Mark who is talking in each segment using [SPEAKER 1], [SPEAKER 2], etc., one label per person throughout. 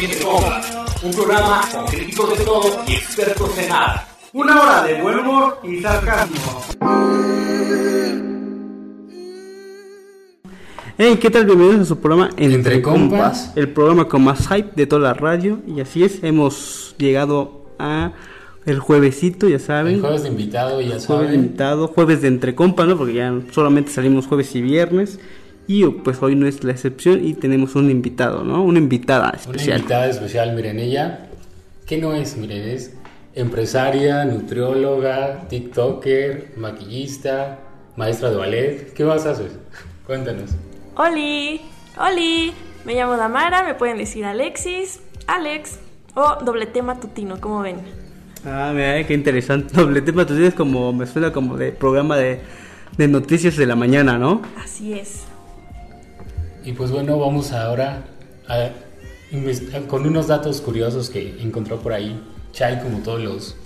[SPEAKER 1] Entre Copas, un programa con críticos de todo y expertos en nada.
[SPEAKER 2] Una hora de buen humor y sarcasmo.
[SPEAKER 3] Hey, ¿qué tal? Bienvenidos a su programa Entre,
[SPEAKER 4] Entre Compas.
[SPEAKER 3] El programa con más hype de toda la radio. Y así es, hemos llegado a el juevesito, ya
[SPEAKER 4] El
[SPEAKER 3] saben.
[SPEAKER 4] jueves de invitado, ya
[SPEAKER 3] Jueves
[SPEAKER 4] saben.
[SPEAKER 3] limitado, jueves de Entre Compas, ¿no? Porque ya solamente salimos jueves y viernes. Y pues hoy no es la excepción y tenemos un invitado, ¿no? Una invitada
[SPEAKER 4] Una
[SPEAKER 3] especial.
[SPEAKER 4] invitada especial, miren ella. ¿Qué no es? Miren, es empresaria, nutrióloga, TikToker, maquillista, maestra de ballet. ¿Qué más haces? Cuéntanos.
[SPEAKER 5] Oli, Oli, me llamo Damara, me pueden decir Alexis, Alex o doble tema tutino, como ven.
[SPEAKER 3] Ah, mira, qué interesante. Doble tema, tú tienes como, me suena como de programa de, de noticias de la mañana, ¿no?
[SPEAKER 5] Así es.
[SPEAKER 4] Y pues bueno, vamos ahora a inves- con unos datos curiosos que encontró por ahí Chai, como todos los.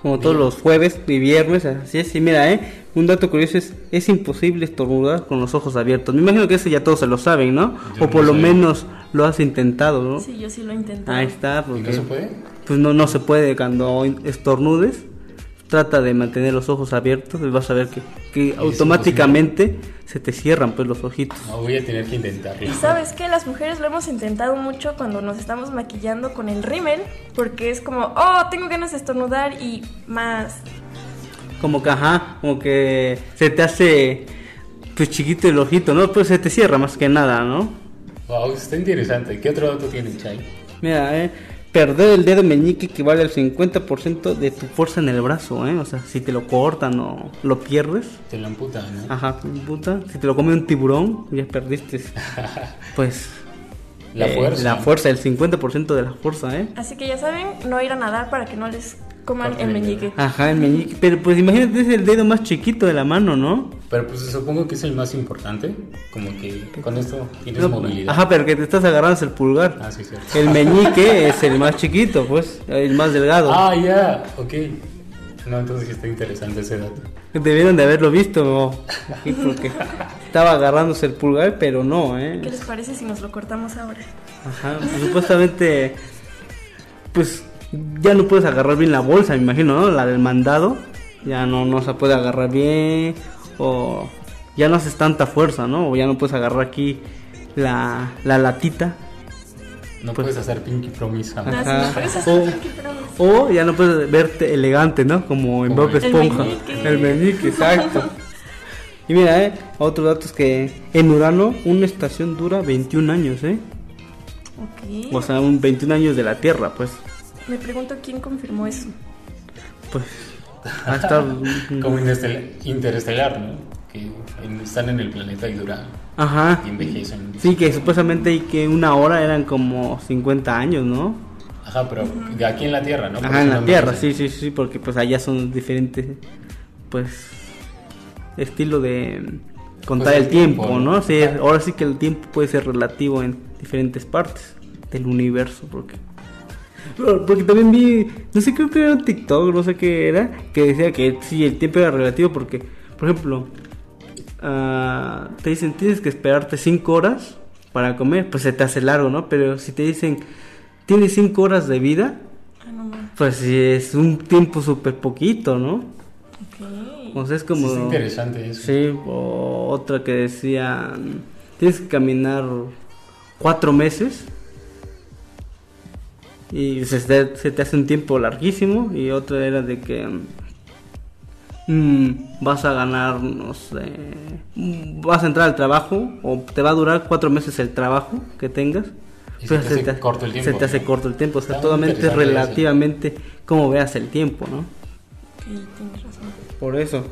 [SPEAKER 3] Como todos los jueves y viernes, así es. Y mira, ¿eh? Un dato curioso es, es imposible estornudar con los ojos abiertos. Me imagino que eso ya todos se lo saben, ¿no?
[SPEAKER 4] Yo
[SPEAKER 3] o por
[SPEAKER 4] no
[SPEAKER 3] lo
[SPEAKER 4] sé.
[SPEAKER 3] menos lo has intentado, ¿no?
[SPEAKER 5] Sí, yo sí lo intenté.
[SPEAKER 3] Ahí está,
[SPEAKER 4] ¿Y
[SPEAKER 3] porque...
[SPEAKER 4] no se puede?
[SPEAKER 3] Pues no, no se puede. Cuando estornudes, trata de mantener los ojos abiertos y vas a ver que, que automáticamente se te cierran pues los ojitos.
[SPEAKER 4] No, voy a tener que intentarlo.
[SPEAKER 5] Y sabes que las mujeres lo hemos intentado mucho cuando nos estamos maquillando con el rímel, porque es como, oh, tengo ganas de estornudar y más.
[SPEAKER 3] Como que, ajá, como que se te hace pues chiquito el ojito, ¿no? Pues se te cierra más que nada, ¿no?
[SPEAKER 4] Wow, está interesante. ¿Qué otro dato tiene Chai?
[SPEAKER 3] Mira, eh, perder el dedo meñique equivale al 50% de tu fuerza en el brazo, ¿eh? O sea, si te lo cortan o lo pierdes,
[SPEAKER 4] Te lo amputan, ¿no?
[SPEAKER 3] ajá, puta, si te lo come un tiburón, ya perdiste, pues...
[SPEAKER 4] La
[SPEAKER 3] eh,
[SPEAKER 4] fuerza.
[SPEAKER 3] La fuerza, el 50% de la fuerza, ¿eh?
[SPEAKER 5] Así que ya saben, no ir a nadar para que no les coman
[SPEAKER 4] Corten
[SPEAKER 5] el
[SPEAKER 4] el dedo.
[SPEAKER 5] meñique.
[SPEAKER 3] Ajá, el meñique. Pero pues imagínate, es el dedo más chiquito de la mano, ¿no?
[SPEAKER 4] Pero pues supongo que es el más importante, como que con esto tienes
[SPEAKER 3] No,
[SPEAKER 4] movilidad.
[SPEAKER 3] Ajá, pero que te estás agarrando es el pulgar.
[SPEAKER 4] Ah, sí, cierto.
[SPEAKER 3] El meñique es el más chiquito, pues, el más delgado.
[SPEAKER 4] Ah, ya, ok. No, entonces sí está interesante ese dato.
[SPEAKER 3] Debieron de haberlo visto, ¿no? Sí, porque estaba agarrándose el pulgar, pero no, ¿eh?
[SPEAKER 5] ¿Qué les parece si nos lo cortamos ahora?
[SPEAKER 3] Ajá, pues, supuestamente, pues ya no puedes agarrar bien la bolsa, me imagino, ¿no? La del mandado, ya no, no se puede agarrar bien, o ya no haces tanta fuerza, ¿no? O ya no puedes agarrar aquí la, la latita,
[SPEAKER 4] No
[SPEAKER 3] Pues-
[SPEAKER 4] puedes hacer Pinky Promise jamás.
[SPEAKER 5] Nada, si
[SPEAKER 3] Ajá.
[SPEAKER 5] Ah, nos puedes
[SPEAKER 3] Oh.
[SPEAKER 5] hacer aquí, pero no.
[SPEAKER 3] o ya no puedes verte elegante, ¿no? Como en
[SPEAKER 4] Como
[SPEAKER 3] Bob
[SPEAKER 4] el-
[SPEAKER 3] Esponja.
[SPEAKER 5] El meñique.
[SPEAKER 3] El meñique, exacto. Y mira, ¿eh? Otro dato es que en Urano una estación dura 21 años, ¿eh?
[SPEAKER 5] Ok.
[SPEAKER 3] O sea, un 21 años de la Tierra, pues.
[SPEAKER 5] Me pregunto quién confirmó eso.
[SPEAKER 3] Pues ha estado
[SPEAKER 4] Como inestel- interestelar, ¿no? Que en- están en el planeta y dura
[SPEAKER 3] Ajá.
[SPEAKER 4] y envejecen.
[SPEAKER 3] Sí, que supuestamente y que una hora eran como 50 años, ¿no?
[SPEAKER 4] Ajá, pero de aquí en la Tierra, ¿no? Por
[SPEAKER 3] Ajá,
[SPEAKER 4] eso
[SPEAKER 3] en
[SPEAKER 4] no
[SPEAKER 3] la Tierra, sí,
[SPEAKER 4] envejecen.
[SPEAKER 3] sí, sí, porque pues allá son diferentes, pues, estilo de mm, contar
[SPEAKER 4] Pues,
[SPEAKER 3] el tiempo, ¿no? Sí,
[SPEAKER 4] Claro.
[SPEAKER 3] ahora sí que el tiempo puede ser relativo en diferentes partes del universo, porque... Pero- Porque también vi, no sé, creo que era un TikTok, no sé qué era, que decía que sí, el tiempo era relativo porque, por ejemplo, ah, te dicen tienes que esperarte 5 horas para comer, pues se te hace largo, ¿no? Pero si te dicen tienes 5 horas de vida,
[SPEAKER 5] Ah, no, no.
[SPEAKER 3] pues sí, es un tiempo súper poquito, ¿no?
[SPEAKER 5] Ok.
[SPEAKER 3] O sea, es
[SPEAKER 4] Sí,
[SPEAKER 3] como...
[SPEAKER 4] está interesante eso.
[SPEAKER 3] Sí, o otra que decía, tienes que caminar cuatro meses y se te, se te hace un tiempo larguísimo y otra era de que mm, vas a ganar, no sé, mm, vas a entrar al trabajo o te va a durar cuatro meses el trabajo que tengas.
[SPEAKER 4] Y se
[SPEAKER 3] pero
[SPEAKER 4] te hace corto el
[SPEAKER 3] Se
[SPEAKER 4] tiempo,
[SPEAKER 3] te hace
[SPEAKER 4] ¿no?
[SPEAKER 3] corto el tiempo, o sea,
[SPEAKER 4] Está
[SPEAKER 3] totalmente
[SPEAKER 4] interesante eso.
[SPEAKER 3] relativamente como veas el tiempo, ¿no?
[SPEAKER 5] Ok, tienes razón.
[SPEAKER 3] Por eso.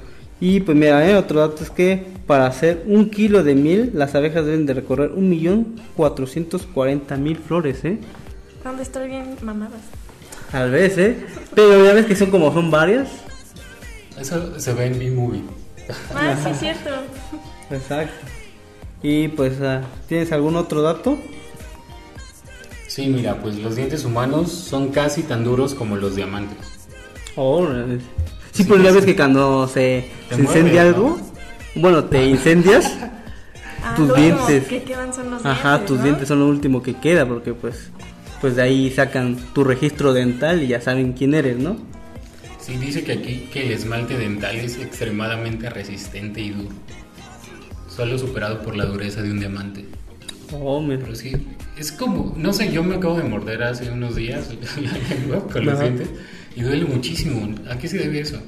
[SPEAKER 3] Y pues mira, eh, otro dato es que para hacer un kilo de miel, las abejas deben de recorrer 1.440.000 flores, ¿eh?
[SPEAKER 5] Han de estar bien mamadas.
[SPEAKER 3] Tal vez, ¿eh? Pero ya ves que son como son varias.
[SPEAKER 4] Eso se ve en B-Movie.
[SPEAKER 5] Ah, sí, es cierto.
[SPEAKER 3] Exacto. Y pues, ah, ¿tienes algún otro dato?
[SPEAKER 4] Sí, mira, pues los dientes humanos son casi tan duros como los diamantes.
[SPEAKER 3] Oh, eh, sí, pero ya ves que cuando se,
[SPEAKER 4] Te
[SPEAKER 3] se incendia
[SPEAKER 4] mueve,
[SPEAKER 3] algo, bueno, te incendias,
[SPEAKER 5] Ah,
[SPEAKER 3] tus
[SPEAKER 5] lo último
[SPEAKER 3] dientes.
[SPEAKER 5] que quedan son los
[SPEAKER 3] Ajá,
[SPEAKER 5] dientes,
[SPEAKER 3] tus
[SPEAKER 5] ¿no?
[SPEAKER 3] dientes son lo último que queda porque pues pues de ahí sacan tu registro dental y ya saben quién eres, ¿no?
[SPEAKER 4] Sí, dice que aquí que el esmalte dental es extremadamente resistente y duro. Solo superado por la dureza de un diamante.
[SPEAKER 3] Oh, mira.
[SPEAKER 4] Pero sí, es como, no sé, yo me acabo de morder hace unos días la lengua con los
[SPEAKER 3] Ajá.
[SPEAKER 4] dientes y duele muchísimo. ¿A qué se debe eso?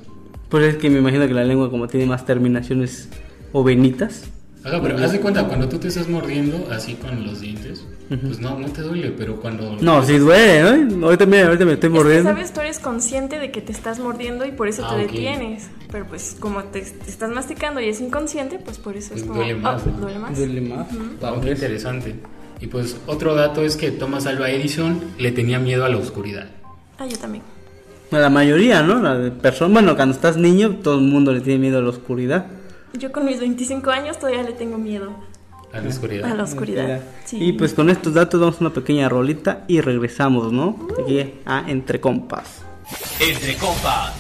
[SPEAKER 3] Pues es que me imagino que la lengua como tiene más terminaciones o venitas.
[SPEAKER 4] Ajá, pero haz de cuenta, cuando tú te estás mordiendo así con los dientes, pues no, no te duele, pero cuando...
[SPEAKER 3] No, sí duele, ¿no? Ahorita, mira, ahorita me estoy
[SPEAKER 5] Es que,
[SPEAKER 3] mordiendo.
[SPEAKER 5] sabes, tú eres consciente de que te estás mordiendo y por eso
[SPEAKER 4] Ah,
[SPEAKER 5] te
[SPEAKER 4] ok.
[SPEAKER 5] detienes. Pero pues como te, te estás masticando y es inconsciente, pues por eso
[SPEAKER 4] Pues
[SPEAKER 5] es como...
[SPEAKER 4] duele más,
[SPEAKER 5] oh,
[SPEAKER 4] ¿no?
[SPEAKER 5] duele más.
[SPEAKER 3] Duele más.
[SPEAKER 4] Wow, qué interesante. Y pues otro dato es que Thomas Alva Edison le tenía miedo a la oscuridad.
[SPEAKER 5] Ah, yo también.
[SPEAKER 3] La mayoría, ¿no? La de personas, bueno, cuando estás niño todo el mundo le tiene miedo a la oscuridad.
[SPEAKER 5] Yo con mis 25 años todavía le tengo miedo
[SPEAKER 4] A la oscuridad.
[SPEAKER 5] a la oscuridad. Sí.
[SPEAKER 3] Y pues con estos datos damos una pequeña rolita y regresamos, ¿no? Aquí a Entre Compas.
[SPEAKER 1] Entre Compas.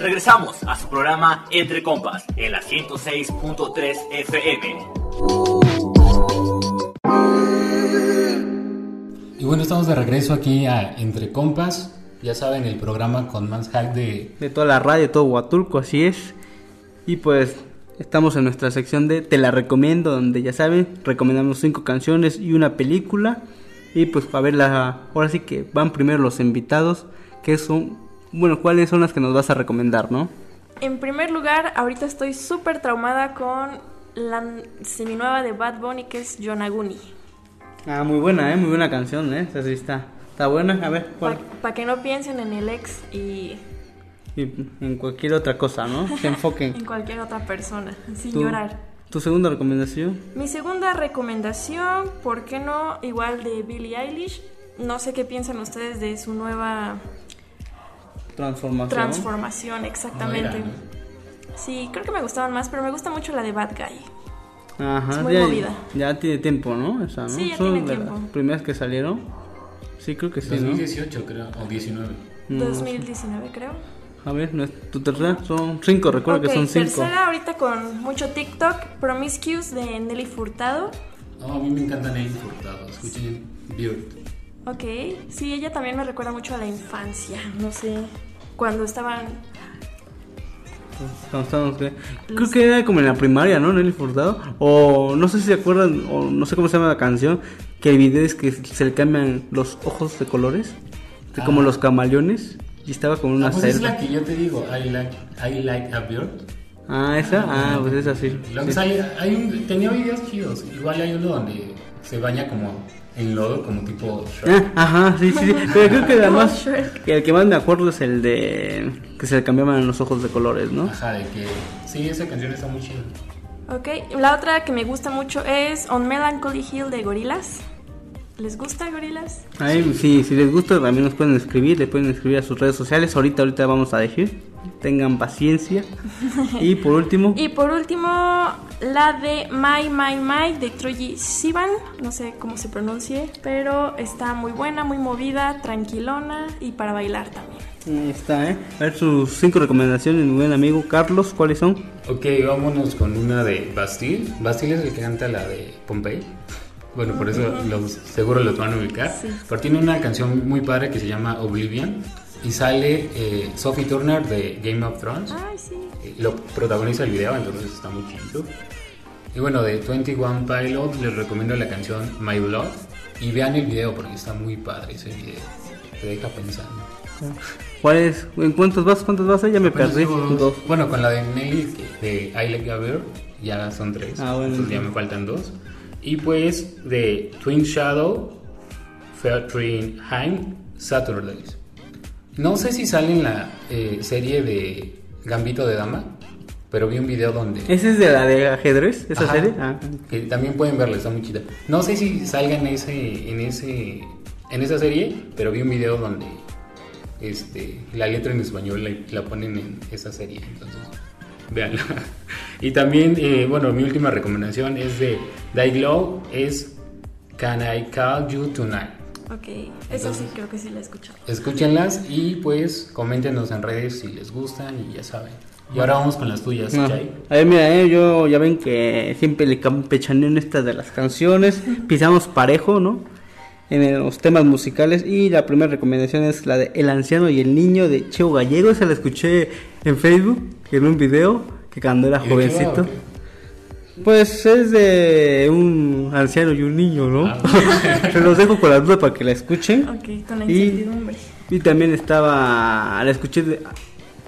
[SPEAKER 1] Regresamos a su programa Entre Compas en la 106.3 FM.
[SPEAKER 4] Y bueno, estamos de regreso aquí a Entre Compas. Ya saben, el programa con más hack de...
[SPEAKER 3] De toda la radio, de todo Huatulco, así es. Y pues estamos en nuestra sección de Te la recomiendo, donde ya saben, recomendamos cinco canciones y una película. Y pues a ver, la, ahora sí que van primero los invitados, que son, bueno, cuáles son las que nos vas a recomendar, ¿no?
[SPEAKER 5] En primer lugar, ahorita estoy súper traumada con la seminueva de Bad Bunny que es Yonaguni.
[SPEAKER 3] Ah, muy buena, ¿eh? Muy buena canción, ¿eh? Esa sí está, está buena, a ver,
[SPEAKER 5] Para
[SPEAKER 3] ¿cuál?
[SPEAKER 5] que no piensen en el ex y
[SPEAKER 3] Y en cualquier otra cosa, ¿no? Se enfoquen.
[SPEAKER 5] en cualquier otra persona, sin
[SPEAKER 3] Tu-
[SPEAKER 5] llorar.
[SPEAKER 3] ¿Tu segunda recomendación?
[SPEAKER 5] Mi segunda recomendación, ¿por qué no? Igual de Billie Eilish. No sé qué piensan ustedes de su nueva
[SPEAKER 3] Transformación.
[SPEAKER 5] transformación exactamente.
[SPEAKER 3] Ah,
[SPEAKER 4] No era,
[SPEAKER 5] Sí, creo que me gustaban más, pero me gusta mucho la de Bad Guy.
[SPEAKER 3] Ajá,
[SPEAKER 5] Es muy
[SPEAKER 3] ya,
[SPEAKER 5] movida.
[SPEAKER 3] ya tiene tiempo, ¿no? Esa, ¿no?
[SPEAKER 5] Sí, ya
[SPEAKER 3] Son
[SPEAKER 5] tiene
[SPEAKER 3] de
[SPEAKER 5] tiempo.
[SPEAKER 3] Las primeras que salieron. Sí, creo que sí, ¿no?
[SPEAKER 4] 2018 creo, o 19.
[SPEAKER 3] Mm,
[SPEAKER 5] 2019 creo.
[SPEAKER 3] A ver, no es- tu tercera son cinco, recuerdo
[SPEAKER 5] Ok,
[SPEAKER 3] que son cinco.
[SPEAKER 5] tercera ahorita con mucho TikTok, Promiscuous de Nelly Furtado.
[SPEAKER 4] No, a mí me encantan el Furtado. Escuchen Beard.
[SPEAKER 5] Ok, sí, ella también me recuerda mucho a la infancia, no sé, cuando estaban...
[SPEAKER 3] Cuando estábamos, ¿qué? Creo que era como en la primaria, ¿no? Nelly Furtado. O no sé si se acuerdan, o no sé cómo se llama la canción, que el video es que se le cambian los ojos de colores, de como
[SPEAKER 4] Ah.
[SPEAKER 3] los camaleones. Y estaba con una
[SPEAKER 4] Ah, pues es
[SPEAKER 3] selva.
[SPEAKER 4] la que yo te digo, I like, I like a Beard.
[SPEAKER 3] Ah, esa. Ah, pues esa sí.
[SPEAKER 4] Lo que
[SPEAKER 3] Sí.
[SPEAKER 4] sale- hay un- tenía videos chidos. Igual hay uno donde se baña como en lodo, como tipo Shrek.
[SPEAKER 3] Ah, ajá, sí, sí, sí. Pero creo que además,
[SPEAKER 5] Como Shrek.
[SPEAKER 3] el que más me acuerdo es el de que se le cambiaban los ojos de colores, ¿no?
[SPEAKER 4] Ajá, de que. Sí, esa canción está muy chida.
[SPEAKER 5] Ok, la otra que me gusta mucho es On Melancholy Hill de Gorilas. ¿Les gusta Gorilas?
[SPEAKER 3] Ahí, sí, si les gusta también nos pueden escribir, le pueden escribir a sus redes sociales. Ahorita, ahorita vamos a decir, tengan paciencia. Y por último,
[SPEAKER 5] Y por último, la de My My My de Troye Sivan. No sé cómo se pronuncie, pero está muy buena, muy movida, tranquilona y para bailar también.
[SPEAKER 3] ahí está, ¿eh? A ver sus cinco recomendaciones, mi buen amigo Carlos, ¿cuáles son?
[SPEAKER 4] Ok, vámonos con una de Bastille. Bastille es el que canta la de Pompey. Bueno, por eso los- seguro los van a ubicar.
[SPEAKER 5] Sí.
[SPEAKER 4] Pero tiene una canción muy padre que se llama Oblivion. Y sale eh, Sophie Turner de Game of Thrones.
[SPEAKER 5] Ay, sí.
[SPEAKER 4] Eh, Lo protagoniza el video, entonces está muy chido. Y bueno, de 21 Pilot les recomiendo la canción My Blood. Y vean el video porque está muy padre ese video. Te deja pensando.
[SPEAKER 3] ¿Cuáles? ¿En cuántos vas? ¿Cuántos vas? Ya me
[SPEAKER 4] Apenas
[SPEAKER 3] perdí.
[SPEAKER 4] llevo
[SPEAKER 3] Dos.
[SPEAKER 4] pues, Bueno, con la de Nelly que- de I Like Gabriel ya son tres.
[SPEAKER 3] Ah, bueno.
[SPEAKER 4] Entonces ya me faltan dos. Y pues de Twin Shadow, Featuring Heim, Saturdays. No sé si sale en la eh, serie de Gambito de Dama, pero vi un video donde.
[SPEAKER 3] ¿Esa es de la de ajedrez? ¿Esa
[SPEAKER 4] Ajá.
[SPEAKER 3] serie? Ah.
[SPEAKER 4] Que también pueden verla, está muy chida. No sé si salga en ese, en ese, en esa serie, pero vi un video donde este, la letra en español la, la ponen en esa serie, entonces véanla. Y también, eh, bueno, mi última recomendación es de Die Glow, es Can I Call You Tonight.
[SPEAKER 5] Ok, eso sí, creo que sí la he escuchado.
[SPEAKER 4] Escúchenlas y pues coméntenos en redes si les gustan y ya saben. Y ahora vamos con las tuyas,
[SPEAKER 3] No.
[SPEAKER 4] Chay.
[SPEAKER 3] Ah. A ver, mira, eh, yo ya ven que siempre le campechaneo en estas de las canciones, pisamos parejo, ¿no? En el- los temas musicales y la primera recomendación es la de El anciano y el niño de Cheo Gallego, esa la escuché en Facebook, en un video, que cuando era
[SPEAKER 4] ¿Y de qué va,
[SPEAKER 3] jovencito.
[SPEAKER 4] o qué?
[SPEAKER 3] Pues es de un anciano y un niño, ¿no?
[SPEAKER 4] Ah.
[SPEAKER 3] Se los dejo con la duda para que la escuchen.
[SPEAKER 5] Ok, con la
[SPEAKER 3] Y-
[SPEAKER 5] incertidumbre.
[SPEAKER 3] Y también estaba, la escuché de-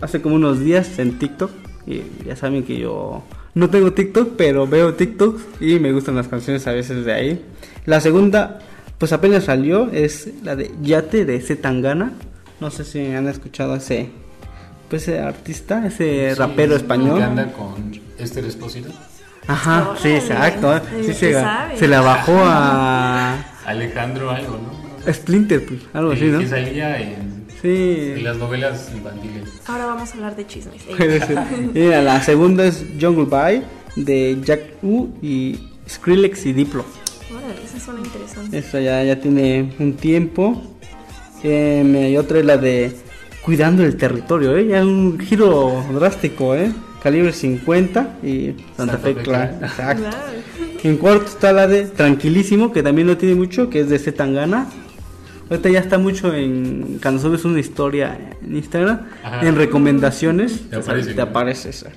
[SPEAKER 3] hace como unos días en TikTok. Y ya saben que yo no tengo TikTok, pero veo TikTok y me gustan las canciones a veces de ahí. La segunda, pues apenas salió, es la de Yate de Zetangana. No sé si han escuchado a ese, pues ese artista, ese
[SPEAKER 4] Sí,
[SPEAKER 3] eh, rapero
[SPEAKER 4] es
[SPEAKER 3] español.
[SPEAKER 4] Que anda con este Esther Espósito.
[SPEAKER 3] Ajá, sí,
[SPEAKER 5] Órale,
[SPEAKER 3] exacto. ¿eh?
[SPEAKER 5] eh,
[SPEAKER 3] Sí,
[SPEAKER 5] ¿qué
[SPEAKER 3] se,
[SPEAKER 5] sabe?
[SPEAKER 3] se la bajó a
[SPEAKER 4] Alejandro algo, ¿no?
[SPEAKER 3] Splinter, pues, algo así,
[SPEAKER 4] El
[SPEAKER 3] ¿no?
[SPEAKER 4] Que salía en, en
[SPEAKER 3] Sí.
[SPEAKER 4] las novelas infantiles.
[SPEAKER 5] Ahora vamos a hablar de chismes. Eh,
[SPEAKER 3] Puede ser. Mira, la segunda es Jungle Bye de Jack U y Skrillex y Diplo.
[SPEAKER 5] Órale, esa suena interesante.
[SPEAKER 3] Esta ya, ya tiene un tiempo. Eh, mira, y otra es la de Cuidando el Territorio, ¿eh? Ya un giro drástico, ¿eh? Calibre 50 y Santa,
[SPEAKER 4] Santa
[SPEAKER 3] Fe
[SPEAKER 4] Fe
[SPEAKER 3] Clan.
[SPEAKER 4] Clan.
[SPEAKER 3] Exacto.
[SPEAKER 5] Claro.
[SPEAKER 3] En cuarto está la de Tranquilísimo, que también no tiene mucho, que es de Zetangana. Ahorita ya está mucho en cuando subes una historia en Instagram,
[SPEAKER 4] Ajá.
[SPEAKER 3] en recomendaciones,
[SPEAKER 4] Te aparece.
[SPEAKER 3] te aparece esa.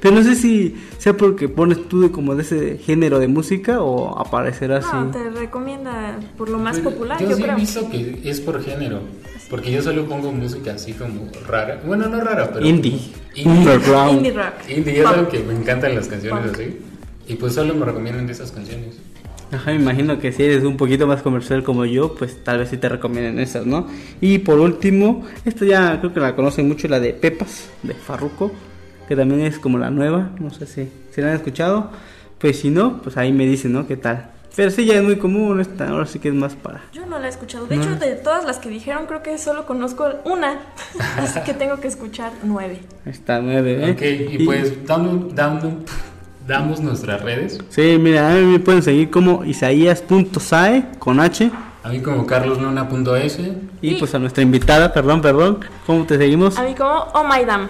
[SPEAKER 3] Pero no sé si sea porque pones tú de como de ese género de música o aparecerá así.
[SPEAKER 5] No, te recomienda por lo más
[SPEAKER 4] Bueno,
[SPEAKER 5] popular,
[SPEAKER 4] yo,
[SPEAKER 5] yo
[SPEAKER 4] sí
[SPEAKER 5] creo.
[SPEAKER 4] he visto que es por género. Porque yo solo pongo música así como rara. Bueno, no rara, pero.
[SPEAKER 3] Indie,
[SPEAKER 4] como- Indie.
[SPEAKER 3] underground.
[SPEAKER 5] Indie rock.
[SPEAKER 4] Indie, ya
[SPEAKER 5] Pop.
[SPEAKER 4] saben que me encantan las canciones
[SPEAKER 5] Punk.
[SPEAKER 4] así. Y pues solo me recomiendan de esas canciones.
[SPEAKER 3] Ajá, me imagino que si eres un poquito más comercial como yo, pues tal vez sí te recomienden esas, ¿no? Y por último, esta ya creo que la conocen mucho, la de Pepas, de Farruco, que también es como la nueva, no sé si, si la han escuchado, pues si no, pues ahí me dicen, ¿no? ¿Qué tal? Pero sí, ya es muy común esta, ahora sí que es más para...
[SPEAKER 5] Yo no la he escuchado. De hecho, de todas las que dijeron, creo que solo conozco una. Así que tengo que escuchar nueve.
[SPEAKER 3] Esta nueve, ¿eh?
[SPEAKER 4] Ok, y, pues damos, damos, damos nuestras redes.
[SPEAKER 3] Sí, mira, a mí me pueden seguir como isaías.sae con H.
[SPEAKER 4] A mí como carlosluna.s.
[SPEAKER 3] Y
[SPEAKER 5] Y-
[SPEAKER 3] pues a nuestra invitada, perdón, perdón, ¿cómo te seguimos?
[SPEAKER 5] A mí como Oh My Dam.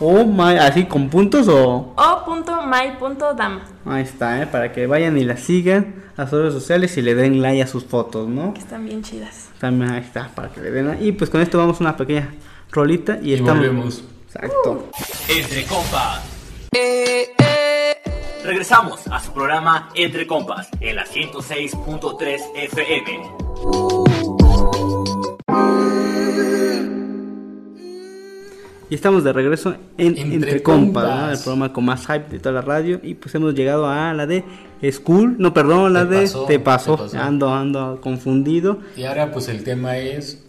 [SPEAKER 3] Oh my, ¿así con puntos o...?
[SPEAKER 5] Oh O.my.dam.
[SPEAKER 3] Ahí está, ¿eh? para que vayan y la sigan a sus redes sociales y le den like a sus fotos, ¿no?
[SPEAKER 5] Que están bien chidas.
[SPEAKER 3] También ahí está, para que le den like. Y pues con esto vamos a una pequeña rolita y,
[SPEAKER 4] Y,
[SPEAKER 3] estamos.
[SPEAKER 4] volvemos.
[SPEAKER 3] Exacto.
[SPEAKER 1] Entre Compas. Regresamos a su programa Entre Compas en la 106.3 FM.
[SPEAKER 3] Y estamos de regreso en
[SPEAKER 4] Entre
[SPEAKER 3] Entre, Compas,
[SPEAKER 4] Compas.
[SPEAKER 3] ¿no? el programa con más hype de toda la radio. Y pues hemos llegado a la de School, no, perdón, la
[SPEAKER 4] Te
[SPEAKER 3] de
[SPEAKER 4] pasó,
[SPEAKER 3] Te pasó.
[SPEAKER 4] te pasó.
[SPEAKER 3] Ando, ando confundido.
[SPEAKER 4] Y ahora pues el tema es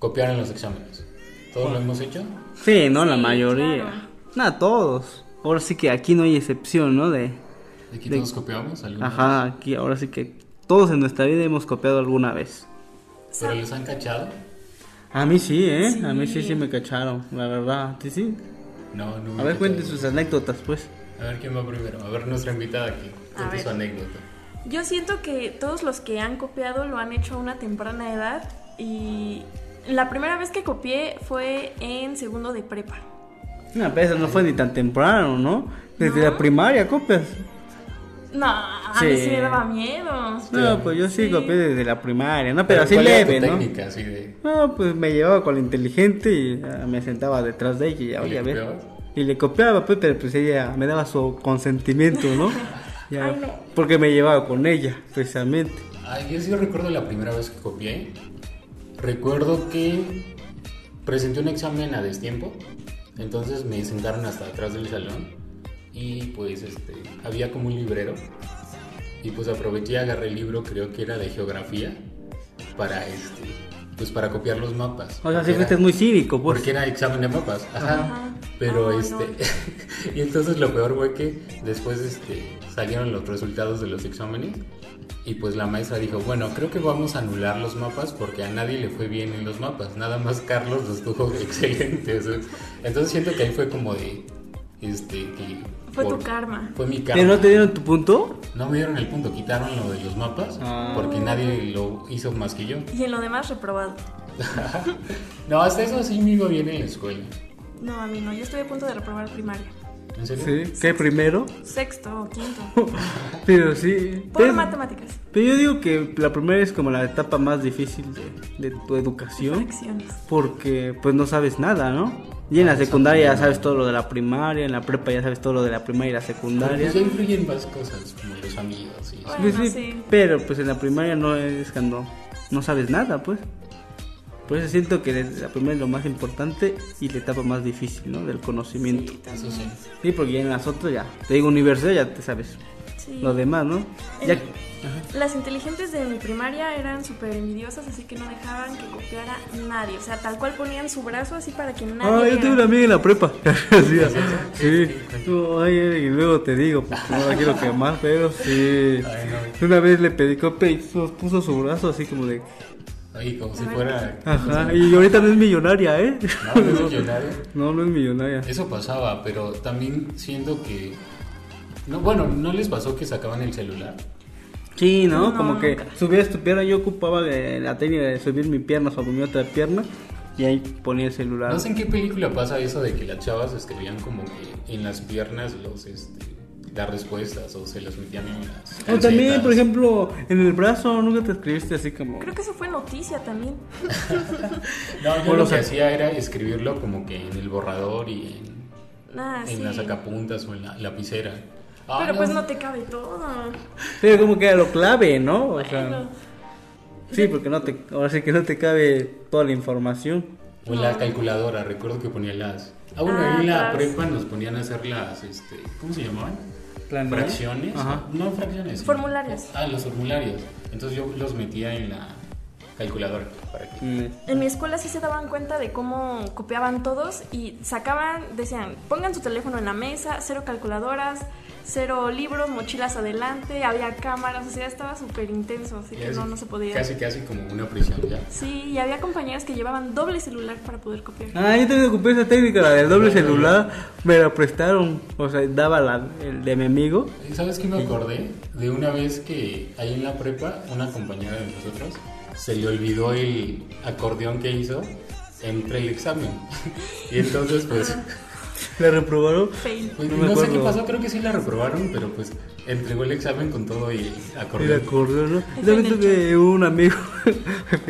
[SPEAKER 4] copiar en los exámenes. ¿Todos lo hemos hecho?
[SPEAKER 3] Sí, ¿no? la
[SPEAKER 5] Sí,
[SPEAKER 3] mayoría.
[SPEAKER 5] claro.
[SPEAKER 3] Nada, todos. Ahora sí que aquí no hay excepción, ¿no? De,
[SPEAKER 4] ¿De aquí
[SPEAKER 3] De-
[SPEAKER 4] todos copiamos? alguna vez?
[SPEAKER 3] Ajá, aquí ahora sí que todos en nuestra vida hemos copiado alguna vez.
[SPEAKER 4] ¿Pero les han cachado?
[SPEAKER 3] A mí sí, ¿eh? A mí sí,
[SPEAKER 5] Sí.
[SPEAKER 3] sí me cacharon, la verdad. ¿A ti sí?
[SPEAKER 4] No, no. me
[SPEAKER 3] A
[SPEAKER 4] han
[SPEAKER 3] ver, cuenten
[SPEAKER 4] cachado.
[SPEAKER 3] sus anécdotas, pues.
[SPEAKER 4] A ver quién va primero. A ver nuestra invitada aquí.
[SPEAKER 5] A
[SPEAKER 4] Cuente
[SPEAKER 5] ver.
[SPEAKER 4] su anécdota.
[SPEAKER 3] Ah,
[SPEAKER 5] Yo siento que todos los que han copiado lo han hecho a una temprana edad. Y la primera vez que copié fue en segundo de prepa.
[SPEAKER 3] Una vez no fue ni tan temprano, ¿no? Desde la primaria copias.
[SPEAKER 5] No, a mí
[SPEAKER 3] Sí.
[SPEAKER 5] sí me daba miedo.
[SPEAKER 3] No, pues yo sí,
[SPEAKER 5] Sí.
[SPEAKER 3] copié desde la primaria, ¿no? Pero así
[SPEAKER 4] ¿cuál era tu
[SPEAKER 3] leve, ¿no?
[SPEAKER 4] técnica así de...
[SPEAKER 3] No, pues me llevaba con la inteligente y ah, me sentaba detrás de ella y,
[SPEAKER 4] ¿Y
[SPEAKER 3] oye,
[SPEAKER 4] le
[SPEAKER 3] a ver.
[SPEAKER 4] copiabas?
[SPEAKER 3] Y le copiaba, pues, pero pues ella me daba su consentimiento, ¿no? Ya,
[SPEAKER 5] Ay, no.
[SPEAKER 3] Porque me llevaba con ella, precisamente.
[SPEAKER 4] Ay, yo sí recuerdo la primera vez que copié. Recuerdo que presenté un examen a destiempo. Entonces me sentaron hasta atrás del salón. Y pues este, había como un librero. Y pues aproveché y agarré el libro, creo que era de geografía. Para este, pues para copiar los mapas.
[SPEAKER 3] O sea,
[SPEAKER 4] Porque
[SPEAKER 3] sí fuiste
[SPEAKER 4] era-
[SPEAKER 3] muy cívico, pues.
[SPEAKER 4] Porque era examen de mapas. Ajá.
[SPEAKER 5] Ajá.
[SPEAKER 4] Pero
[SPEAKER 5] Ah,
[SPEAKER 4] este. y entonces lo peor fue que después este, salieron los resultados de los exámenes. Y pues la maestra dijo: Bueno, creo que vamos a anular los mapas porque a nadie le fue bien en los mapas. Nada más Carlos los tuvo excelentes. Entonces siento que ahí fue como de. Este, que
[SPEAKER 5] Fue
[SPEAKER 4] por-
[SPEAKER 5] tu karma.
[SPEAKER 4] Fue mi
[SPEAKER 3] ¿Pero no
[SPEAKER 4] karma.
[SPEAKER 3] te dieron tu punto?
[SPEAKER 4] No me dieron el punto, quitaron lo de los mapas
[SPEAKER 3] Ah.
[SPEAKER 4] porque nadie lo hizo más que yo.
[SPEAKER 5] Y en lo demás reprobado.
[SPEAKER 4] No, hasta eso sí me iba bien en la escuela.
[SPEAKER 5] No, a mí no. Yo estoy a punto de reprobar primaria.
[SPEAKER 4] ¿En serio?
[SPEAKER 3] Sí, ¿qué primero?
[SPEAKER 5] Sexto o quinto.
[SPEAKER 3] Pero sí.
[SPEAKER 5] Por
[SPEAKER 3] es-
[SPEAKER 5] matemáticas.
[SPEAKER 3] Pero yo digo que la primera es como la etapa más difícil de, de tu educación.
[SPEAKER 5] Fracciones.
[SPEAKER 3] Porque pues no sabes nada, ¿no? Y en la secundaria ya sabes todo lo de la primaria, en la prepa ya sabes todo lo de la primaria y la secundaria.
[SPEAKER 4] Pues ya influyen más cosas, como los amigos y eso.
[SPEAKER 3] Pues
[SPEAKER 5] Bueno,
[SPEAKER 3] sí,
[SPEAKER 5] sí.
[SPEAKER 3] pero pues en la primaria no es cuando no sabes nada, pues. Por eso siento que desde la primaria es lo más importante y la etapa más difícil, ¿no? Del conocimiento. Sí,
[SPEAKER 4] Eso sí.
[SPEAKER 3] porque ya en las otras ya, te digo universidad, ya te sabes
[SPEAKER 5] Sí.
[SPEAKER 3] lo demás, ¿no? Ya,
[SPEAKER 5] Las inteligentes de mi primaria eran súper envidiosas, así que no dejaban que copiara nadie. O sea, tal cual ponían su brazo así para que nadie.
[SPEAKER 3] Ah, yo
[SPEAKER 5] viera.
[SPEAKER 3] tengo una amiga en la prepa. sí, sí. No, ay, y luego te digo, porque no la quiero quemar, pero sí.
[SPEAKER 4] Ay, no.
[SPEAKER 3] Una vez le pedí copia y nos puso su brazo así como de.
[SPEAKER 4] Oye, como si fuera.
[SPEAKER 3] Ajá, y ahorita no es millonaria, ¿eh?
[SPEAKER 4] No, no es millonario.
[SPEAKER 3] No, no es millonaria.
[SPEAKER 4] Eso pasaba, pero también siento que. No, bueno, ¿no les pasó que sacaban el celular?
[SPEAKER 3] Sí, ¿no?
[SPEAKER 5] No,
[SPEAKER 3] como que
[SPEAKER 5] nunca.
[SPEAKER 3] subías tu pierna, yo ocupaba de- la técnica de subir mi pierna sobre mi otra pierna y ahí ponía el celular.
[SPEAKER 4] No sé en qué película pasa eso de que las chavas escribían como que en las piernas los, este, las respuestas o se las metían en las.
[SPEAKER 3] O también, por
[SPEAKER 4] calcetas.
[SPEAKER 3] ejemplo, en el brazo nunca te escribiste así como...
[SPEAKER 5] Creo que eso fue noticia también.
[SPEAKER 4] No, yo
[SPEAKER 3] O
[SPEAKER 4] lo
[SPEAKER 3] los
[SPEAKER 4] que
[SPEAKER 3] ac-
[SPEAKER 4] hacía era escribirlo como que en el borrador y en,
[SPEAKER 5] Ah,
[SPEAKER 4] en
[SPEAKER 5] sí.
[SPEAKER 4] las sacapuntas o en la lapicera. Ah,
[SPEAKER 5] Pero pues no te cabe todo.
[SPEAKER 3] Pero como que era lo clave, ¿no? O sea,
[SPEAKER 5] Bueno,
[SPEAKER 3] sí, porque no te, ahora sí que no te cabe toda la información.
[SPEAKER 4] O en la calculadora, recuerdo que ponía las. Ah, bueno,
[SPEAKER 5] Ah,
[SPEAKER 4] ahí en la
[SPEAKER 5] las-
[SPEAKER 4] prepa nos ponían a hacer las. Este, ¿Cómo se llamaban? Fracciones.
[SPEAKER 3] Ajá.
[SPEAKER 4] No fracciones. sino-
[SPEAKER 5] Formularios.
[SPEAKER 4] Ah, los formularios. Entonces yo los metía en la calculadora. Para que...
[SPEAKER 3] Mm.
[SPEAKER 5] En mi escuela sí se daban cuenta de cómo copiaban todos y sacaban, decían, pongan su teléfono en la mesa, cero calculadoras, cero libros, mochilas adelante, había cámaras, o sea, estaba súper intenso, así
[SPEAKER 4] Ya
[SPEAKER 5] que
[SPEAKER 4] es
[SPEAKER 5] no, no se podía.
[SPEAKER 4] Casi, casi como una prisión ya.
[SPEAKER 5] Sí, y había compañeras que llevaban doble celular para poder copiar.
[SPEAKER 3] Ah, yo también ocupé esa técnica, la del doble celular. Me la prestaron, o sea, daba la, el de mi amigo.
[SPEAKER 4] ¿Sabes qué me acordé? De una vez que ahí en la prepa, una compañera de nosotros se le olvidó el acordeón que hizo entre el examen. Y entonces, pues,
[SPEAKER 3] La reprobaron.
[SPEAKER 5] Fail.
[SPEAKER 4] pues,
[SPEAKER 3] No
[SPEAKER 4] no,
[SPEAKER 3] me
[SPEAKER 4] sé qué
[SPEAKER 3] acuerdo.
[SPEAKER 4] pasó, creo que sí la reprobaron, pero pues entregó el examen con todo y el
[SPEAKER 3] Y la
[SPEAKER 4] acordeón.
[SPEAKER 3] acordeón, ¿no?
[SPEAKER 5] en
[SPEAKER 3] También
[SPEAKER 5] el
[SPEAKER 3] tuve un amigo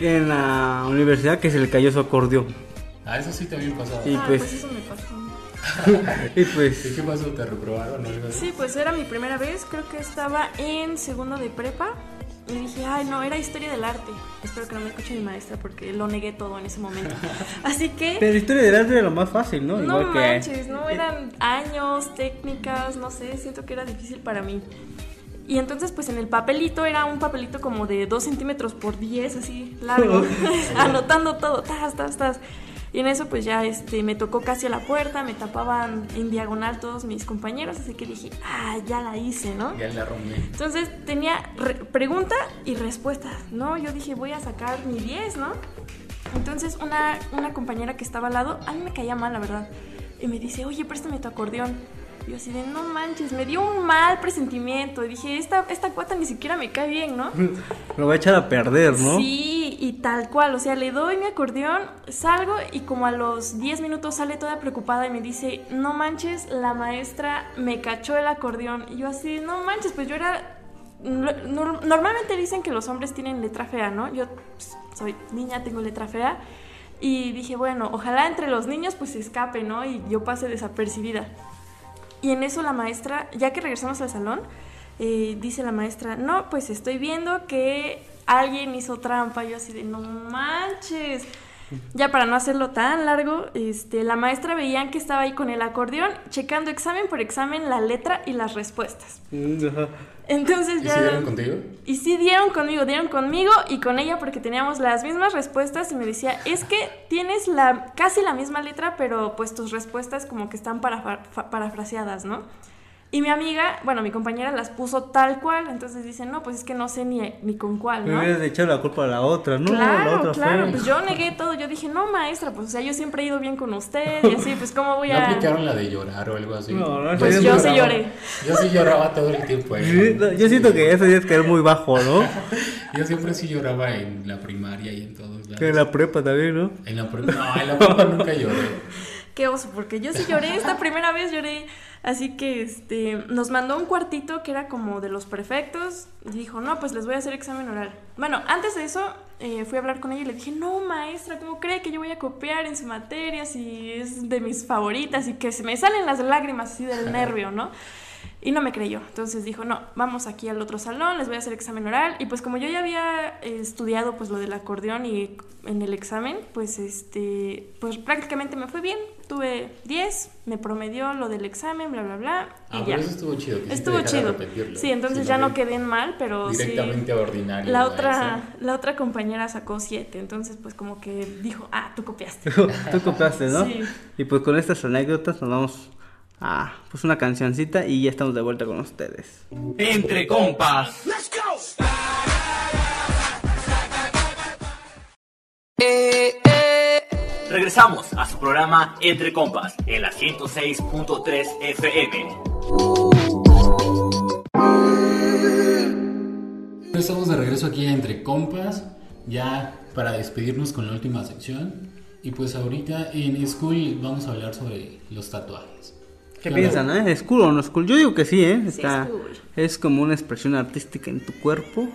[SPEAKER 3] en la universidad que se le cayó su acordeón.
[SPEAKER 4] Ah, eso sí también pasaba.
[SPEAKER 3] Y
[SPEAKER 4] ¿Y
[SPEAKER 5] Ah, pues...
[SPEAKER 3] pues,
[SPEAKER 5] eso me pasó.
[SPEAKER 3] y pues,
[SPEAKER 4] qué pasó? ¿Te reprobaron o algo así?
[SPEAKER 5] Sí, pues era mi primera vez, creo que estaba en segundo de prepa y dije, ay no, era historia del arte. Espero que no me escuche mi maestra porque lo negué todo en ese momento. Así que...
[SPEAKER 3] pero historia del arte era lo más fácil, ¿no?
[SPEAKER 5] No
[SPEAKER 3] Igual que-
[SPEAKER 5] manches, no eran años, técnicas, no sé, siento que era difícil para mí. Y entonces, pues en el papelito era un papelito como de 2 centímetros por 10, así largo, anotando todo, tas, tas, tas. Y en eso, pues ya este, me tocó casi a la puerta, me tapaban en diagonal todos mis compañeros, así que dije, ah, ya la hice, ¿no?
[SPEAKER 4] Ya la rompí.
[SPEAKER 5] Entonces tenía re- pregunta y respuesta, ¿no? Yo dije, voy a sacar mi 10, ¿no? Entonces una, una compañera que estaba al lado, a mí me caía mal, la verdad, y me dice, oye, préstame tu acordeón. Y Yo así de, no manches, me dio un mal presentimiento. Dije, esta, esta cuata ni siquiera me cae bien, ¿no?
[SPEAKER 3] Lo va a echar a perder, ¿no?
[SPEAKER 5] Sí, y tal cual. O sea, le doy mi acordeón, salgo y como a los 10 minutos sale toda preocupada y me dice, no manches, la maestra me cachó el acordeón. Y yo así, no manches, pues yo era... nor- Normalmente dicen que los hombres tienen letra fea, ¿no? Yo pues, soy niña, tengo letra fea. Y dije, bueno, ojalá entre los niños pues se escape, ¿no? Y yo pase desapercibida. Y en eso la maestra, ya que regresamos al salón, eh, dice la maestra, no, pues estoy viendo que alguien hizo trampa. Yo así de, no manches. Ya para no hacerlo tan largo, este, la maestra veían que estaba ahí con el acordeón, checando examen por examen la letra y las respuestas.
[SPEAKER 3] Mm, ajá.
[SPEAKER 5] Entonces
[SPEAKER 4] ¿Y
[SPEAKER 5] ya...
[SPEAKER 4] si dieron contigo?
[SPEAKER 5] Y sí dieron conmigo, dieron conmigo y con ella porque teníamos las mismas respuestas y me decía, es que tienes la, casi la misma letra, pero pues tus respuestas como que están parafa- fa- parafraseadas, ¿no? Y mi amiga, bueno, mi compañera las puso tal cual, entonces dicen, no, pues es que no sé ni, ni con cuál,
[SPEAKER 3] Me
[SPEAKER 5] ¿no?
[SPEAKER 3] hubieras echado la culpa a la otra, ¿no? la
[SPEAKER 5] claro,
[SPEAKER 3] otra
[SPEAKER 5] claro,
[SPEAKER 3] fue-
[SPEAKER 5] pues yo negué todo, yo dije, no, maestra, pues o sea, yo siempre he ido bien con usted y así, pues cómo voy
[SPEAKER 4] ¿No
[SPEAKER 5] a...
[SPEAKER 4] aplicaron la de llorar o algo así?
[SPEAKER 3] No, no,
[SPEAKER 5] Pues
[SPEAKER 3] yo
[SPEAKER 5] yo
[SPEAKER 3] sí
[SPEAKER 5] sí lloré.
[SPEAKER 4] Yo sí lloraba todo el tiempo.
[SPEAKER 3] Sí,
[SPEAKER 4] ¿eh?
[SPEAKER 3] no, Yo siento que eso ya es caer muy bajo, ¿no?
[SPEAKER 4] Yo siempre sí lloraba en la primaria y en todos lados.
[SPEAKER 3] Que en la prepa también, ¿no?
[SPEAKER 4] En la prim- No, en la prepa nunca lloré.
[SPEAKER 5] Qué oso, porque yo sí lloré, esta primera vez lloré. Así que este nos mandó un cuartito que era como de los prefectos. Y dijo, no, pues les voy a hacer examen oral. Bueno, antes de eso eh, fui a hablar con ella y le dije, no, maestra, ¿cómo cree que yo voy a copiar en su materia si es de mis favoritas y que se me salen las lágrimas así del nervio, ¿no? Y no me creyó. Entonces dijo, no, vamos aquí al otro salón, les voy a hacer examen oral. Y pues como yo ya había eh, estudiado pues lo del acordeón y en el examen, pues este, pues prácticamente me fue bien. Tuve 10, me promedió lo del examen, bla, bla, bla. Y
[SPEAKER 4] Ah,
[SPEAKER 5] ya.
[SPEAKER 4] pero eso estuvo chido. que sí te
[SPEAKER 5] Estuvo
[SPEAKER 4] dejara
[SPEAKER 5] chido.
[SPEAKER 4] repetirlo.
[SPEAKER 5] Sí, entonces
[SPEAKER 4] Si
[SPEAKER 5] ya no
[SPEAKER 4] vi
[SPEAKER 5] quedé en mal, pero sí.
[SPEAKER 4] Directamente a ordinario.
[SPEAKER 5] La
[SPEAKER 4] ¿no? Esa.
[SPEAKER 5] otra, la otra compañera sacó 7, entonces pues como que dijo, ah, tú copiaste.
[SPEAKER 3] Tú compraste, ¿no?
[SPEAKER 5] Sí.
[SPEAKER 3] Y pues con estas anécdotas nos vamos a pues una cancioncita y ya estamos de vuelta con ustedes.
[SPEAKER 1] Entre compas. Regresamos a su programa Entre compas en la 106.3 FM.
[SPEAKER 4] Bueno, Estamos de regreso aquí a entre compas, ya para despedirnos con la última sección. Y pues ahorita en School vamos a hablar sobre los tatuajes.
[SPEAKER 3] ¿Qué
[SPEAKER 4] Claro.
[SPEAKER 3] piensan, eh? ¿Es cool o no es cool? Yo digo que sí, ¿eh?
[SPEAKER 5] es
[SPEAKER 3] Está,
[SPEAKER 5] cool.
[SPEAKER 3] es como una expresión artística en tu cuerpo.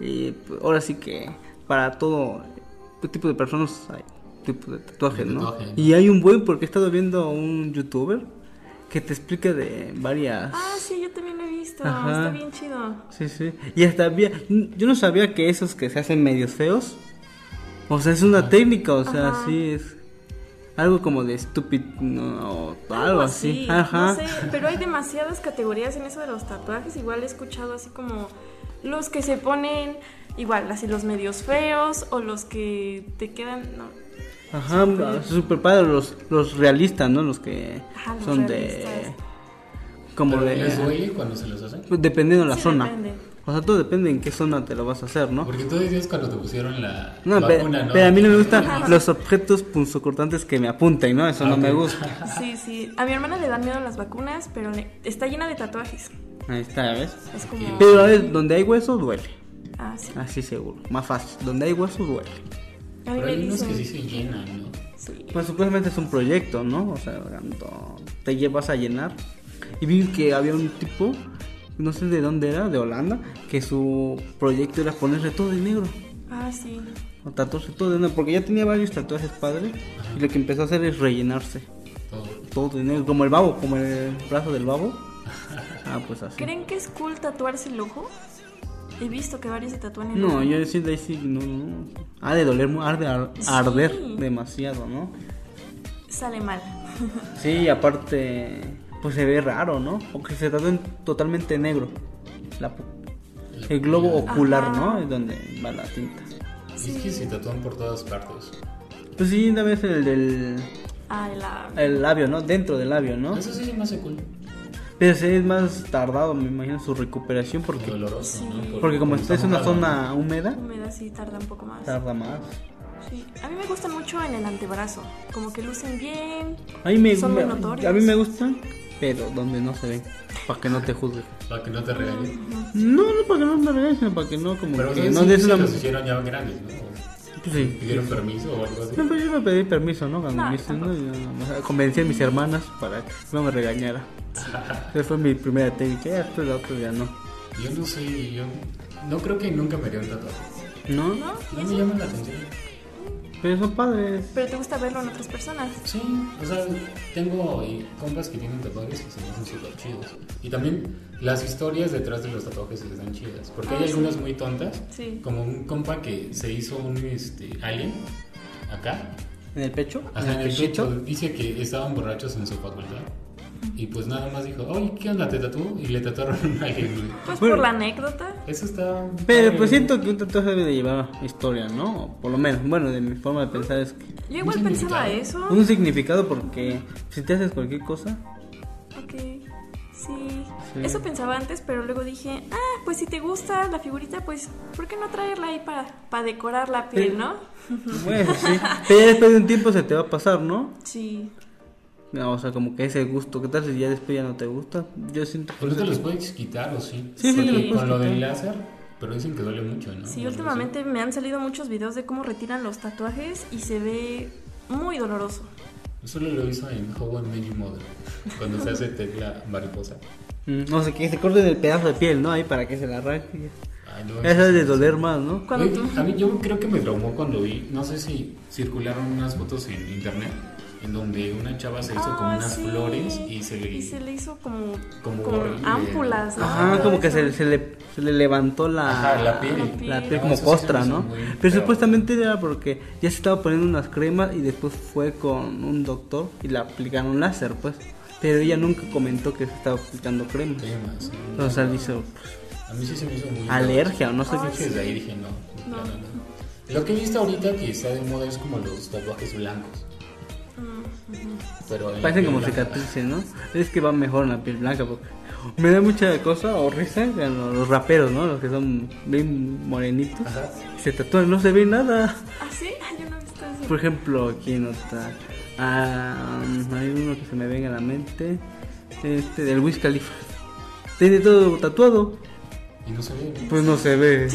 [SPEAKER 3] Y pues, ahora sí que para todo tipo de personas hay tipo de tatuajes,
[SPEAKER 4] De
[SPEAKER 3] ¿no?
[SPEAKER 4] tatuaje, ¿no?
[SPEAKER 3] Y hay un buen porque he estado viendo a un youtuber que te explica de varias...
[SPEAKER 5] Ah, sí, yo también lo he visto.
[SPEAKER 3] Ajá.
[SPEAKER 5] Está bien chido.
[SPEAKER 3] Sí, sí. Y hasta había. Yo no sabía que esos que se hacen medios feos. O sea, es una técnica, o sea,
[SPEAKER 5] Ajá.
[SPEAKER 3] sí es. Algo como de stupid, no, o algo así. Ajá.
[SPEAKER 5] No sé, pero hay demasiadas categorías en eso de los tatuajes. Igual he escuchado así como los que se ponen, igual, así los medios feos o los que te quedan. No,
[SPEAKER 3] Ajá, super padre. Los, los realistas, ¿no? Los que
[SPEAKER 5] Ajá, los
[SPEAKER 3] son de.
[SPEAKER 5] realistas.
[SPEAKER 3] Como
[SPEAKER 4] Pero
[SPEAKER 3] de.
[SPEAKER 4] ¿Les duele cuando se los hacen?
[SPEAKER 3] Dependiendo de la
[SPEAKER 5] Sí,
[SPEAKER 3] zona.
[SPEAKER 5] depende.
[SPEAKER 3] O sea, todo depende en qué zona te lo vas a hacer, ¿no?
[SPEAKER 4] Porque tú decías cuando te pusieron la
[SPEAKER 3] No, pe-
[SPEAKER 4] vacuna, ¿no?
[SPEAKER 3] pero a mí no me gustan los objetos punzocortantes que me apunten, ¿no? Eso no
[SPEAKER 4] Ah,
[SPEAKER 3] me
[SPEAKER 4] ok.
[SPEAKER 3] gusta.
[SPEAKER 5] Sí, sí. A mi hermana le dan miedo las vacunas, pero le- está llena de tatuajes.
[SPEAKER 3] Ahí está, ¿ves?
[SPEAKER 5] Es como.
[SPEAKER 3] Pero a ver, donde hay hueso duele.
[SPEAKER 5] Ah, sí.
[SPEAKER 3] Así seguro, más fácil. Donde hay hueso duele.
[SPEAKER 5] A mí
[SPEAKER 4] Pero
[SPEAKER 5] me
[SPEAKER 4] hay unos que sí
[SPEAKER 5] dicen.
[SPEAKER 4] se llenan, ¿no?
[SPEAKER 5] Sí.
[SPEAKER 3] Pues supuestamente es un proyecto, ¿no? O sea, cuando te llevas a llenar. Y vi que había un tipo, no sé de dónde era, de Holanda, que su proyecto era ponerse todo de negro.
[SPEAKER 5] Ah, sí.
[SPEAKER 3] O tatuarse todo de negro. Porque ya tenía varios tatuajes padres. Y lo que empezó a hacer es rellenarse.
[SPEAKER 4] Todo.
[SPEAKER 3] Todo de negro. Como el babo, como el brazo del babo. Ah, pues así.
[SPEAKER 5] ¿Creen que es cool tatuarse el ojo? He visto que varios se tatúan el ojo.
[SPEAKER 3] No, yo siento ahí sí, no, no, no. Ha de doler, mu- ha de ar-
[SPEAKER 5] Sí.
[SPEAKER 3] arder demasiado, ¿no?
[SPEAKER 5] Sale mal.
[SPEAKER 3] Sí, y aparte, pues se ve raro, ¿no? O que se trata totalmente negro. La pu- el globo ocular,
[SPEAKER 5] Ajá.
[SPEAKER 3] ¿no? Es donde va la tinta.
[SPEAKER 4] Es que se tatúan por todas partes.
[SPEAKER 3] Pues sí, una vez el del
[SPEAKER 5] Ay, Ah, la.
[SPEAKER 3] el labio, ¿no? Dentro del labio, ¿no?
[SPEAKER 4] Eso sí me hace cool.
[SPEAKER 3] Pero sí es más tardado, me imagino, su recuperación
[SPEAKER 4] Porque,
[SPEAKER 3] porque,
[SPEAKER 4] doloroso, ¿no?
[SPEAKER 5] Sí.
[SPEAKER 3] porque como
[SPEAKER 4] está
[SPEAKER 3] está en una
[SPEAKER 4] mojado, ¿no?
[SPEAKER 3] zona húmeda,
[SPEAKER 5] Humedad sí tarda un poco más.
[SPEAKER 3] tarda más.
[SPEAKER 5] Sí, a mí me gustan mucho en el antebrazo, como que lucen bien.
[SPEAKER 3] A mí me,
[SPEAKER 5] Son muy
[SPEAKER 3] me-
[SPEAKER 5] notorios.
[SPEAKER 3] a mí me gustan, pero donde no se ven, para que no te juzguen.
[SPEAKER 4] Para que no te regañen.
[SPEAKER 3] No, no para que no me vean, sino para que no como
[SPEAKER 4] Pero
[SPEAKER 3] que
[SPEAKER 4] ustedes
[SPEAKER 3] no
[SPEAKER 4] sí,
[SPEAKER 3] des
[SPEAKER 4] sí
[SPEAKER 3] una
[SPEAKER 4] los hicieron ya grandes, ¿no?
[SPEAKER 3] Pues sí.
[SPEAKER 4] ¿Pidieron permiso o algo así?
[SPEAKER 3] No, pero yo me pedí permiso, ¿no? Cuando
[SPEAKER 5] No,
[SPEAKER 3] me hicieron,
[SPEAKER 5] tampoco.
[SPEAKER 3] ¿no? Yo, o sea, convencí a mis hermanas para que no me regañara. Esa fue mi primera "Eh, técnica, ya después la otra ya no.
[SPEAKER 4] Yo no sé, yo no creo que nunca me haría un tatuaje.
[SPEAKER 3] ¿No?
[SPEAKER 5] ¿No? ¿Y
[SPEAKER 4] No
[SPEAKER 5] eso?
[SPEAKER 4] me llama la atención.
[SPEAKER 3] Pero son padres.
[SPEAKER 5] Pero te gusta verlo en otras personas.
[SPEAKER 4] Sí, o sea, tengo eh, compas que tienen tatuajes y se me hacen súper chidos. Y también las historias detrás de los tatuajes se les dan chidas. Porque
[SPEAKER 5] Ah,
[SPEAKER 4] hay
[SPEAKER 5] sí.
[SPEAKER 4] algunas muy tontas.
[SPEAKER 5] Sí.
[SPEAKER 4] Como un compa que se hizo un este, alien acá.
[SPEAKER 3] ¿En el pecho?
[SPEAKER 4] Ajá, en el pecho. Dice que estaban borrachos en su facultad. Y pues nada más dijo, oye, ¿qué onda? ¿Te tatuó? Y le tatuaron un alien, güey.
[SPEAKER 5] Pues
[SPEAKER 3] Bueno.
[SPEAKER 5] por la anécdota.
[SPEAKER 4] Eso está...
[SPEAKER 3] Pero pues siento que un tatuaje debe de llevar historia, ¿no? O por lo menos, bueno, de mi forma de pensar es que...
[SPEAKER 5] Yo igual
[SPEAKER 4] ¿Un
[SPEAKER 5] pensaba
[SPEAKER 4] significado?
[SPEAKER 5] eso.
[SPEAKER 3] Un significado porque si te haces cualquier cosa,
[SPEAKER 5] Ok. Sí.
[SPEAKER 3] Sí.
[SPEAKER 5] Eso pensaba antes, pero luego dije, ah, pues si te gusta la figurita, pues ¿por qué no traerla ahí para, para decorar la piel, no?
[SPEAKER 3] Bueno, pues, sí. Pero ya después de un tiempo se te va a pasar, ¿no?
[SPEAKER 5] Sí.
[SPEAKER 3] No, o sea, como que ese gusto, ¿qué tal si ya después ya no te gusta? Yo siento que...
[SPEAKER 4] Pero no te los puedes quitar, ¿o sí?
[SPEAKER 3] Sí, sí,
[SPEAKER 4] Porque
[SPEAKER 3] te los puedes
[SPEAKER 4] Con lo del
[SPEAKER 3] quitar.
[SPEAKER 4] láser, pero dicen que duele mucho, ¿no?
[SPEAKER 5] Sí, últimamente me han salido muchos videos de cómo retiran los tatuajes y se ve muy doloroso.
[SPEAKER 4] Yo Solo lo hizo en How I Met Your Mother, cuando se hace tecla mariposa.
[SPEAKER 3] Mm, O sea, que se corten el pedazo de piel, ¿no? Ahí para que se la arranque.
[SPEAKER 4] Ay, no,
[SPEAKER 3] Esa
[SPEAKER 4] sí,
[SPEAKER 3] es de
[SPEAKER 4] sí.
[SPEAKER 3] doler más, ¿no?
[SPEAKER 5] Cuando
[SPEAKER 4] Oye,
[SPEAKER 5] tú-
[SPEAKER 4] a mí yo creo que me traumó cuando vi, no sé si circularon unas fotos en internet en donde una chava se hizo como
[SPEAKER 5] Ah,
[SPEAKER 4] unas
[SPEAKER 5] sí.
[SPEAKER 4] flores y se le...
[SPEAKER 5] Y se le hizo como,
[SPEAKER 4] Como
[SPEAKER 5] con
[SPEAKER 4] horrible.
[SPEAKER 5] ámpulas, ¿no?
[SPEAKER 3] Ajá,
[SPEAKER 5] Todo
[SPEAKER 3] como que
[SPEAKER 5] eso.
[SPEAKER 3] se, se le, se le levantó la,
[SPEAKER 4] Ajá, la piel.
[SPEAKER 3] la piel
[SPEAKER 5] No,
[SPEAKER 3] como
[SPEAKER 4] eso sí me
[SPEAKER 3] costra,
[SPEAKER 4] hizo
[SPEAKER 3] ¿no?
[SPEAKER 4] muy
[SPEAKER 3] Pero,
[SPEAKER 4] feo.
[SPEAKER 3] supuestamente era porque ya se estaba poniendo unas cremas y después fue con un doctor y le aplicaron láser, pues. Pero ella nunca comentó que se estaba aplicando crema.
[SPEAKER 4] Temas, ¿sí?
[SPEAKER 3] O sea, dice pues,
[SPEAKER 4] A mí sí se me hizo muy...
[SPEAKER 3] alergia o no sé
[SPEAKER 5] Ay,
[SPEAKER 3] qué.
[SPEAKER 4] Entonces desde ahí dije, no,
[SPEAKER 5] No.
[SPEAKER 4] no, no, no. Lo que he visto ahorita que está de moda es como los tatuajes blancos.
[SPEAKER 5] Mm,
[SPEAKER 4] Pero en la
[SPEAKER 3] Parecen
[SPEAKER 4] piel
[SPEAKER 3] como
[SPEAKER 4] blanca.
[SPEAKER 3] cicatrices, ¿no? Es que va mejor en la piel blanca porque me da mucha cosa o risa a los los raperos, ¿no? Los que son bien morenitos.
[SPEAKER 4] Ajá.
[SPEAKER 3] Se tatúan, no se ve nada.
[SPEAKER 5] ¿Ah, sí? Ay, yo no he visto eso.
[SPEAKER 3] Por ejemplo, aquí no está. Ah, hay uno que se me venga a la mente. Este, del Wiz Khalifa. Tiene todo tatuado.
[SPEAKER 4] Y no se ve, ¿no?
[SPEAKER 3] Pues no se ve.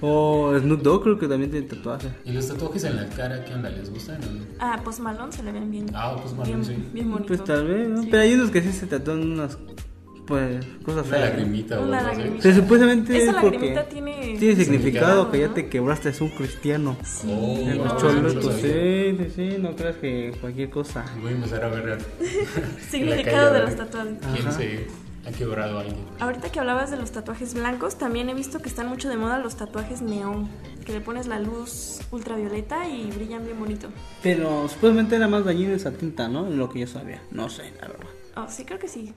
[SPEAKER 3] O Snoop Dogg creo que también tiene tatuaje.
[SPEAKER 4] ¿Y los tatuajes en la cara qué onda? ¿Les gustan? o no?
[SPEAKER 5] Ah, pues Malón se le ven bien.
[SPEAKER 4] Ah, pues Malone,
[SPEAKER 5] bien,
[SPEAKER 4] sí.
[SPEAKER 5] bien bonito.
[SPEAKER 3] Pues tal vez, ¿no?
[SPEAKER 5] Sí.
[SPEAKER 3] Pero hay unos que sí se tatúan unas pues cosas
[SPEAKER 4] Una
[SPEAKER 3] feas. ¿no?
[SPEAKER 4] lagrimita o
[SPEAKER 5] Una
[SPEAKER 4] algo así.
[SPEAKER 5] lagrimita.
[SPEAKER 3] Pero supuestamente
[SPEAKER 5] Esa
[SPEAKER 3] es porque
[SPEAKER 5] lagrimita tiene-
[SPEAKER 3] tiene significado
[SPEAKER 4] significado,
[SPEAKER 3] que ya
[SPEAKER 5] ¿no?
[SPEAKER 3] te quebraste es un cristiano.
[SPEAKER 5] Sí.
[SPEAKER 4] Oh,
[SPEAKER 3] En
[SPEAKER 5] no,
[SPEAKER 3] los
[SPEAKER 4] wow.
[SPEAKER 3] cholos,
[SPEAKER 4] no
[SPEAKER 3] pues,
[SPEAKER 4] sabía.
[SPEAKER 3] sí, sí, sí, no creas que cualquier cosa.
[SPEAKER 4] Voy a empezar a ver
[SPEAKER 5] Significado de los
[SPEAKER 4] tatuajes.
[SPEAKER 5] tatuajes.
[SPEAKER 4] ¿Quién
[SPEAKER 3] Ajá.
[SPEAKER 4] se ha quebrado a alguien?
[SPEAKER 5] Ahorita que hablabas de los tatuajes blancos, también he visto que están mucho de moda los tatuajes neón, que le pones la luz ultravioleta y brillan bien bonito.
[SPEAKER 3] Pero supuestamente era más dañino esa tinta, ¿no? Lo que yo sabía. No sé, la verdad.
[SPEAKER 5] Oh, sí, creo que sí.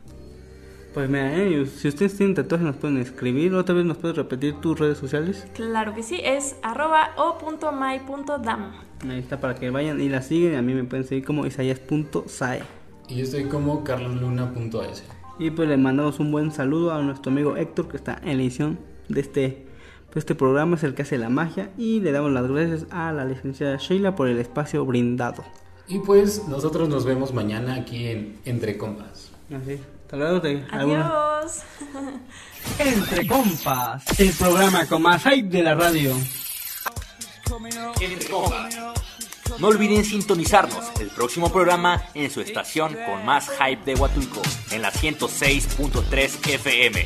[SPEAKER 3] Pues mira, eh, si ustedes tienen tatuajes nos pueden escribir, otra vez nos puedes repetir tus redes sociales.
[SPEAKER 5] Claro que sí, es arroba o.my.dam.
[SPEAKER 3] Ahí está para que vayan y la siguen, a mí me pueden seguir como isayas.sae.
[SPEAKER 4] Y yo estoy como carlosluna.es.
[SPEAKER 3] Y pues le mandamos un buen saludo a nuestro amigo Héctor que está en la edición de este, pues, este programa, es el que hace la magia. Y le damos las gracias a la licenciada Sheila por el espacio brindado.
[SPEAKER 4] Y pues nosotros nos vemos mañana aquí en Entre Compas.
[SPEAKER 3] Así, hasta luego. te- alguna-
[SPEAKER 5] Adiós.
[SPEAKER 2] Entre compas, el programa con más hype de la radio.
[SPEAKER 1] Entre Compas. No olviden sintonizarnos el próximo programa en su estación con más hype de Huatulco, en la 106.3 FM.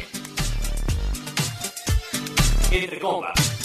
[SPEAKER 1] Entre Compas.